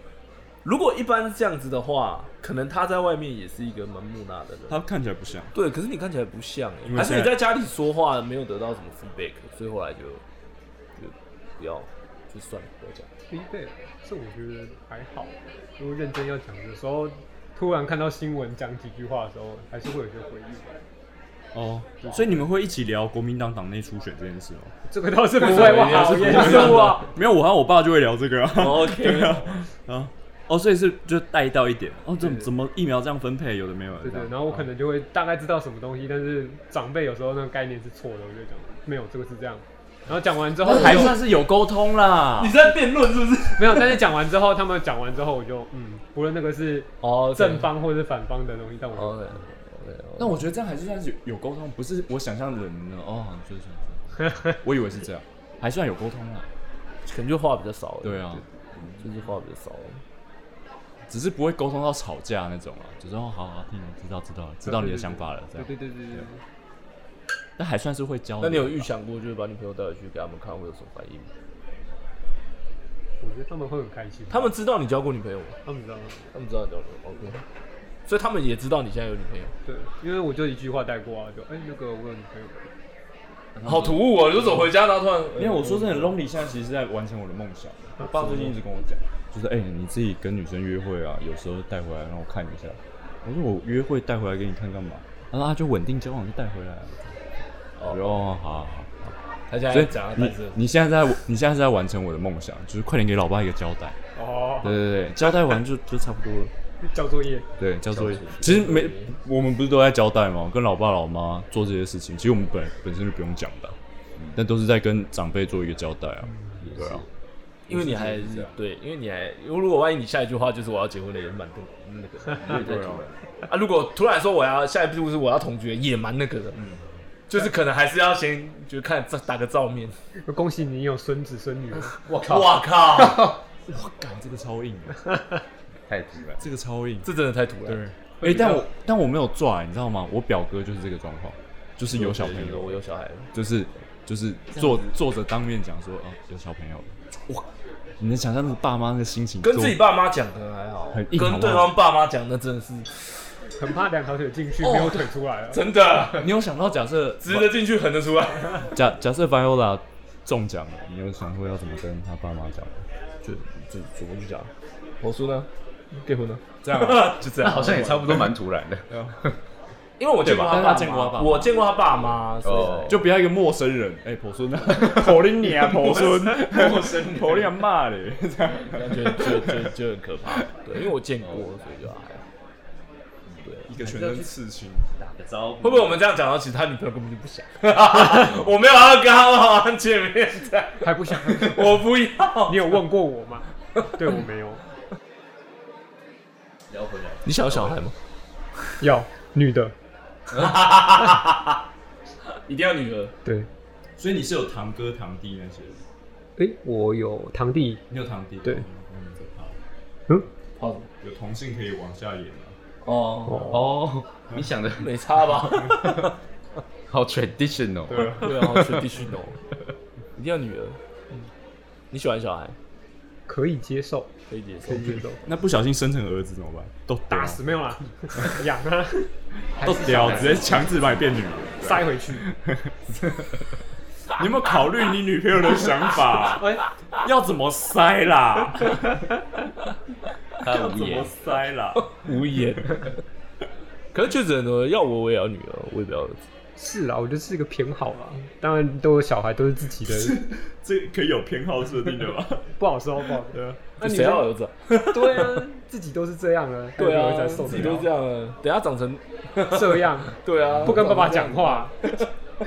S2: 如果一般是这样子的话，可能他在外面也是一个蛮木讷的人。
S5: 他看起来不像。
S2: 对，可是你看起来不像、欸，
S5: 因为
S2: 还是你
S5: 现在
S2: 在家里说话没有得到什么 feedback，所以后来就就不要，就算了，不要讲。
S6: 疲惫，这我觉得还好。如果认真要讲的时候，突然看到新闻讲几句话的时候，还是会有些回忆。
S5: 哦，所以你们会一起聊国民党党内初选这件事哦。
S6: 这个倒是不会，我 好严肃啊！
S5: 没有，我和我爸就会聊这个啊。
S2: OK，
S5: 啊，哦，所以是就带到一点哦，怎么怎么疫苗这样分配，有的没有的
S6: 对
S5: 这
S6: 对，
S5: 样。
S6: 然后我可能就会大概知道什么东西，但是长辈有时候那个概念是错的，我就讲没有这个是这样。然后讲完之后
S1: 还算是有沟通啦
S2: 你。在辩论是不是？
S6: 没有，但是讲完之后，他们讲完之后，我就嗯，不论那个是
S1: 哦，
S6: 正方或者是反方的东西，但我
S1: 哦，
S5: 但我觉得这样还是算是有沟通，不是我想象人的哦，好像就是这 样，我以为是这样，还算有沟通啊。
S1: 可能就话比较少。
S5: 对啊，
S1: 就是话比较少。
S5: 只是不会沟通到吵架那种啊，就是哦，好好听，知道知道了，知道你的想法了，这
S6: 对
S5: 样
S6: 对，对对对，
S5: 但还算是会交流吧。
S1: 那你有预想过，就是把女朋友带回去给他们看，会有什么反应吗？
S6: 我觉得他们会很开心。
S2: 他们知道你交过女朋友吗？
S6: 他们知道吗？
S1: 他们知道你交流，OK。
S2: 所以他们也知道你现在有女朋友。
S6: 对，因为我就一句话带过啊，就哎、那个我有女朋友，
S2: 好突兀哦！你就走回家，然后突然，
S5: 因为我说真的，Lonely 现在其实是在完成我的梦想。我爸最近一直跟我讲，就是哎、你自己跟女生约会啊，有时候带回来让我看一下。我说我约会带回来给你看干嘛？然后他就稳定交往就带回来了。我说哦，好好好。
S2: 他现在
S5: 所以
S2: 讲啊的
S5: 你
S2: 台词，
S5: 你现在在你现在是在完成我的梦想，就是快点给老爸一个交代。
S6: 哦，
S5: 对对对，交代完就就差不多了。
S6: 交作业，
S5: 对，交作业。其实没，我们不是都在交代吗？跟老爸老妈做这些事情，其实我们本本身就不用讲的，但都是在跟长辈做一个交代啊。对啊。
S2: 因为你还是对，因为你还，因为如果万一你下一句话就是我要结婚了，也蛮对那个 啊。如果突然说我要下一步是我要同居，也蛮那个的。
S5: 嗯
S2: 就是可能还是要先就看打个照面。
S6: 恭喜你有孙子孙女，啊
S2: 我靠！我靠！
S5: 干这个超硬的，
S1: 太直了。
S5: 这个超硬。
S2: 这真的太突然。
S5: 对，哎、但我但我没有拽，你知道吗？我表哥就是这个状况，就是有小朋
S1: 我
S5: 友，
S1: 有小孩了，
S5: 就是就是坐坐着当面讲说，啊，有小朋友了。哇，你能想象那个爸妈那个心情？
S2: 跟自己爸妈讲可能还好，
S5: 很硬好
S2: 跟
S5: 不
S2: 对
S5: 好
S2: 方爸妈讲那真的是
S6: 很怕两条腿进
S2: 哦
S6: 去没有腿出来了。啊
S2: 真的，
S5: 你有想到假设
S2: 直得进去，横得出来。
S5: 假假设 Viola 中奖了，你有想过要怎么跟他爸妈讲？
S1: 就就怎么去讲？
S2: 我说呢，结婚呢？
S5: 这样、啊、就这样，
S1: 好像也差不多蛮突然的。
S2: 因为我见过他爸
S5: 但是他见过他爸
S2: 妈，
S5: 妈
S2: 我见过他爸妈，所以
S1: 哦
S5: 就不要一个陌生人，哎、婆孙啊，婆林你啊， 婆孙，陌生人，婆林啊骂嘞， 这样。
S2: 就就就就很可怕。对，因为我见过，所以就还好。
S5: 一个全身刺青，
S2: 会不会我们这样讲到，其实他女朋友根本就不想？我没有要跟他好好见面的，
S6: 还不想？
S2: 我不要。
S6: 你有问过我吗？对我没有。
S1: 聊回来，
S2: 你想要小孩吗？
S6: 有女的，
S2: 一定要女儿？
S6: 对。
S5: 所以你是有堂哥堂弟那些，
S6: 哎、我有堂弟，
S5: 你有堂弟，
S6: 对
S5: 嗯，这怕
S6: 嗯，
S5: 有同性可以往下演啊。
S2: 哦，
S1: 哦，你想的
S2: 没差吧？
S1: 好 traditional，
S2: 对啊，是必须懂，一定要女儿。嗯你喜欢小孩，
S6: 可以接受，
S2: 可以接受
S6: 可。以接受。
S5: 那不小心生成儿子怎么办？都
S6: 打死，没有 啦，养啊，
S5: 都屌，直接强制把你变女 人。
S6: 塞回去。
S5: 你有没有考虑你女朋友的想 法？
S6: 哎、
S5: 要怎么塞啦？
S1: 他
S5: 要怎么塞 啦？
S2: 无言。可是确诊呢，要我我也要女儿，我也不要儿子。
S6: 是啦，我觉得是一个偏好啦。当然，都有小孩，都是自己的，
S5: 这可以有偏好设定的吧？
S6: 不好说，不好说。那
S2: 就
S6: 你
S2: 谁要
S6: 们
S2: 儿子啊？
S6: 对啊，自己都是这样了，
S2: 对
S6: 还有没有
S2: 啊，
S6: 在受
S2: 自己
S6: 得
S2: 都
S6: 了
S2: 这样啊。等下长成，
S6: 这样，
S2: 对啊，
S6: 不跟爸爸讲话，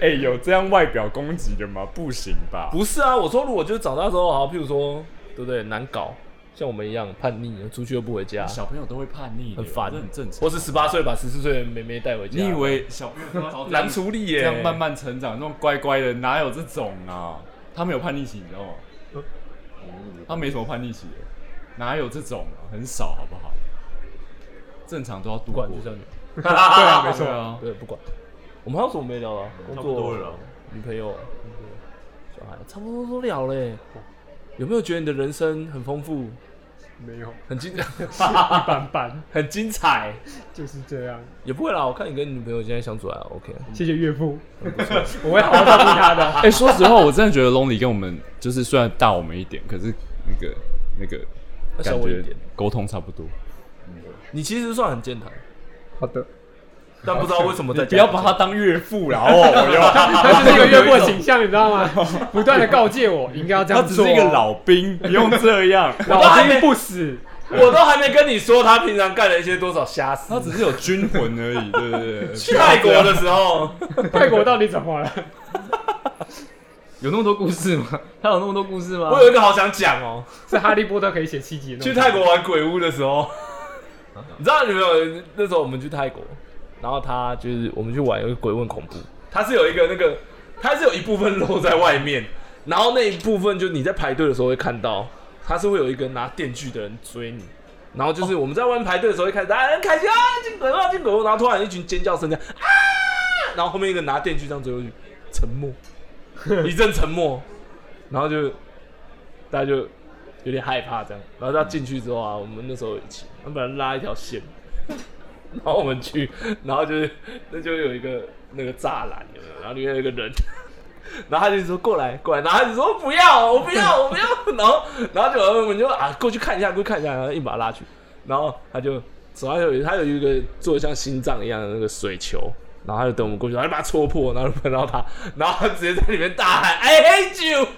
S5: 哎、有这样外表攻击的吗？不行吧？
S2: 不是啊，我说如果就是长大之后，好，譬如说，对不对？难搞，像我们一样叛逆，出去又不回家，
S5: 小朋友都会叛逆的，
S2: 很烦
S5: 这很正常。
S2: 或是十八岁把十四岁的妹妹带回家，
S5: 你以为小朋友都要早
S2: 难处理耶？
S5: 这样慢慢成长，那种乖乖的哪有这种啊？他们有叛逆期，你知道吗？他没什么叛逆期的，哪有这种啊？很少，好不好？正常都要度
S2: 不
S5: 过
S2: 管。就像你，
S6: 对啊，没
S5: 对
S6: 错。
S5: 啊，
S2: 对，不管。我们还有什么没聊啊？工
S5: 差不
S2: 作
S5: 多了，嗯
S2: 女朋友、小孩，差不多都聊嘞。有没有觉得你的人生很丰富，
S6: 没有，
S2: 很精，
S6: 一般般，
S2: 很精彩？
S6: 就是这样。
S2: 也不会啦，我看你跟你女朋友现在相处还 OK。
S6: 谢谢岳父，我会好好照顾他的。
S5: 哎、说实话，我真的觉得 Lonely 跟我们就是虽然大我们一点，可是那个那个
S2: 那小
S5: 感
S2: 我一
S5: 觉
S2: 点，
S5: 沟通差不多。
S2: 你其实算很健谈，
S6: 好的，
S2: 但不知道为什么在
S5: 不要把
S2: 他
S5: 他当岳父 啦哦，
S6: 他就是一个越过形象，你知道吗？不断的告诫我应该要这
S5: 他
S6: 样
S5: 只
S6: 做。
S5: 是一个老兵，不用这样。
S6: 老兵不死，
S2: 我都还没跟你说他平常干了一些多少瞎事
S5: 他。只是有军魂而已，对对 对。
S2: 去泰国的时 候，
S5: 啊
S6: 泰国到底怎么了？
S1: 有那么多故事吗？他有那么多故事吗？
S2: 我有一个好想讲哦、
S6: 是哈利波特可以写七集的那
S2: 去
S6: 种。
S2: 泰国玩鬼屋的时候， 你知道有没有？那时候我们去泰国，然后他就是我们去玩有一个鬼问恐怖，它是有一个那个，它是有一部分露在外面，然后那一部分就你在排队的时候会看到，它是会有一个拿电锯的人追你。然后就是我们在外面排队的时候，一开始大家很开心啊，进鬼屋啊，进鬼屋，然后突然一群尖叫声这样啊，然后后面一个拿电锯这样追过去，沉默，一阵沉默，然后就大家就有点害怕这样。然后他进去之后啊，我们那时候一起，我们把他拉一条线， 然后我们去，然后就是那就有一个那个栅栏有没有？然后里面有一个人。 然后他就说过来过来，然后他就说哦不要我不要 我不要，然后然后就 我们就啊过去看一下过去看一下，然后硬把他拉去，然后他就手上有他有一个做的像心脏一样的那个水球，然后他就等我们过去，他就把它戳破，然后 就碰到他，然后他直接在里面大喊 I hate you。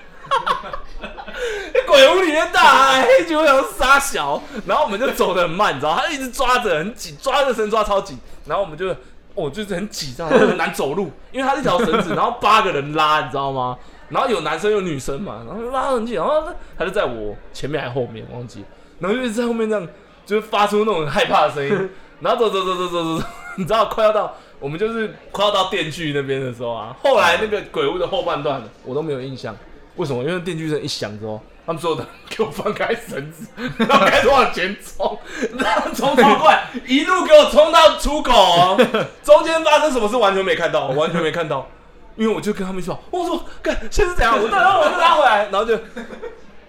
S2: 在 鬼屋里面大哎喊，黑九想杀小，然后我们就走得很慢，你知道，他一直抓着很紧，抓着绳抓超紧，然后我们就，哦，就是很紧张，很难走路，因为他是一条绳子，然后八个人拉，你知道吗？然后有男生有女生嘛，然后就拉得很紧，然后他就在我前面还后面忘记，然后就一直在后面这样，就是发出那种很害怕的声音，然后走走走走走走， 走，你知道快要到我们就是快要到电锯那边的时候啊，后来那个鬼屋的后半段我都没有印象。为什么？因为电锯声一响之后，他们所有的人给我放开绳子，然后开始往前冲，然后冲超快，一路给我冲到出口哦。中间发生什么事完全没看到，完全没看到，因为我就跟他们说，我说干现在是怎样？我再让我再拉回来，然后就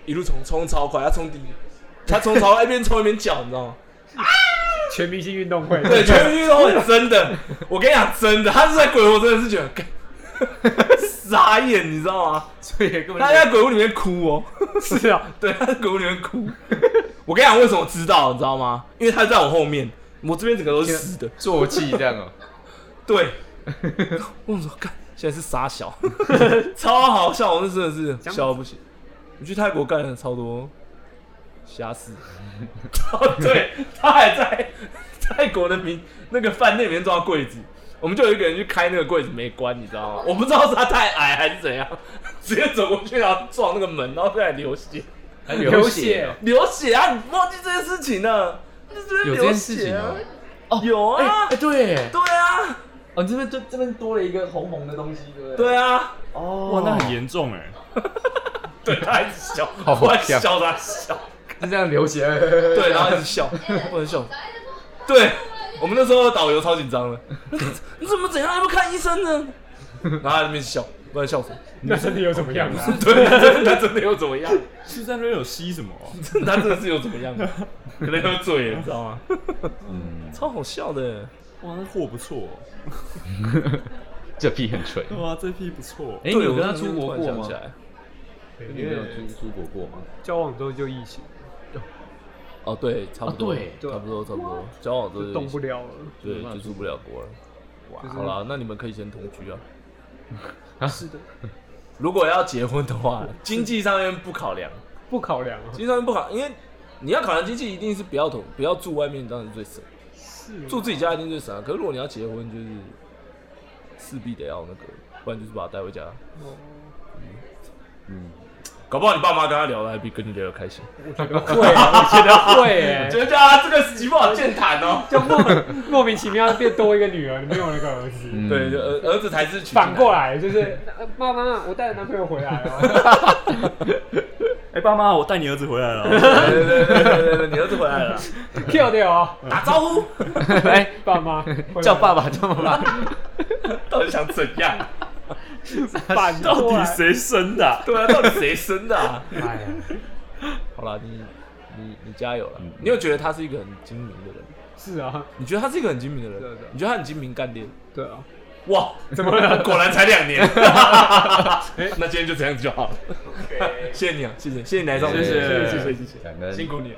S2: 一路冲冲超快，他冲第一，他冲超快，一边冲一边叫，你知道吗？
S6: 全明星运动会，
S2: 对，全民运动会真的，我跟你讲真的，他是在鬼屋，我真的是觉得干 傻眼，你知道吗？
S1: 所以根本
S2: 他在鬼屋里面哭哦。
S6: 是啊，
S2: 对，他在狗屋里面哭。我跟你讲，为什么我知道，你知道吗？因为他在我后面，我这边整个都是湿的。
S4: 坐骑这样哦、
S2: 对， 我说干，现在是傻小， 超好笑，我那真的是笑到不行。我去泰国干了超多瞎事。哦， 对，他还在泰国的民那个饭店里面抓柜子。我们就有一个人去开那个柜子没关，你知 道吗？我不知道是他太矮还是怎样，直接走过去然后撞那个门，然后再流血。
S1: 还
S6: 流
S1: 流
S6: 血
S1: 血，
S2: 流血啊！你忘记这件事情了？你这边
S1: 有这
S2: 流
S1: 件事
S2: 血
S1: 情
S2: 啊
S1: 哦？
S2: 有啊，
S1: 对，
S2: 对啊，
S1: 哦，你这边就这边多了一个红红的东西，对不对？
S2: 对啊，
S5: 哇，那很严重哎。
S2: 对，他还是笑，
S4: 好
S2: 我还笑他笑，
S1: 是这样流血，
S2: 对，然后一直笑，我很笑，对我们那时候导游超紧张的，你怎么怎样还不看医生呢？然后他在那边笑，不然笑死，
S6: 那身体又怎么样啊？
S2: 对，真的他真的又怎么样？
S5: 是在那边有吸什么哦？
S2: 他真的是又怎么样？可能喝醉了，你知道吗？
S1: 嗯，
S2: 超好笑的，
S5: 哇，那货不错哦。
S4: 这批很纯。
S5: 对啊，这批不错。
S1: 哎，你
S2: 对
S1: 有
S2: 我
S1: 跟他
S2: 那时候
S1: 出国
S2: 突
S1: 过
S2: 然想
S1: 吗
S2: 起？来
S1: 你没有出出国过吗？
S6: 交往之后就疫情，
S2: 哦，对，差不多，
S1: 啊对
S2: 差不多，差不多，交往都
S6: 就动不了了。
S2: 对，
S1: 没办法
S2: 就出不了国了。哇，
S6: 就是
S2: 好了，那你们可以先同居啊。是的，如果要结婚的话，经济上面不考量，
S6: 不考量啊
S2: 经，济上面不考，因为你要考量经济，一定是不要同不要住外面，当然最省，住自己家一定最省啊。可是如果你要结婚，就是势必得要那个，不然就是把他带回家。
S1: 嗯，
S2: 搞不好你爸妈跟他聊的还比跟你聊的开心。
S6: 会啊，我觉得会欸
S2: 觉得啊，这个媳妇好健谈哦。
S6: 就莫名莫名其妙变多一个女儿，你没有那个儿子。
S4: 嗯
S2: 对，就儿儿子才是娶进
S6: 反过
S2: 来
S6: 来就是，呃妈妈妈，我带着男朋友回来了。
S5: 哎，爸妈，我带你儿子回来了。哦
S2: 的，对对对对对对，你儿子回来了，
S6: kill 掉啊！
S2: 打招呼。
S4: 来
S6: 爸 妈回来了
S4: 叫爸爸，叫爸 爸。
S2: 到底想怎样？
S6: 反
S5: 到
S6: 过
S5: 底
S6: 来，
S5: 谁生的啊？
S2: 对啊，到底谁生的、啊？
S6: 哎呀，
S2: 好了，你你你加油了。你有觉得他是一个很精明的人？
S6: 是啊，
S2: 你觉得他是一个很精明的人？
S6: 对对
S2: 你觉得他很精明干练？
S6: 对啊，
S2: 哇，
S6: 怎么 了？
S2: 果然才两年。那今天就这样就好了。谢谢你啊，谢谢谢谢你来上我们
S5: 谢
S2: 节目，
S5: 谢
S2: 谢谢谢谢，
S1: 感恩
S2: 辛苦你了。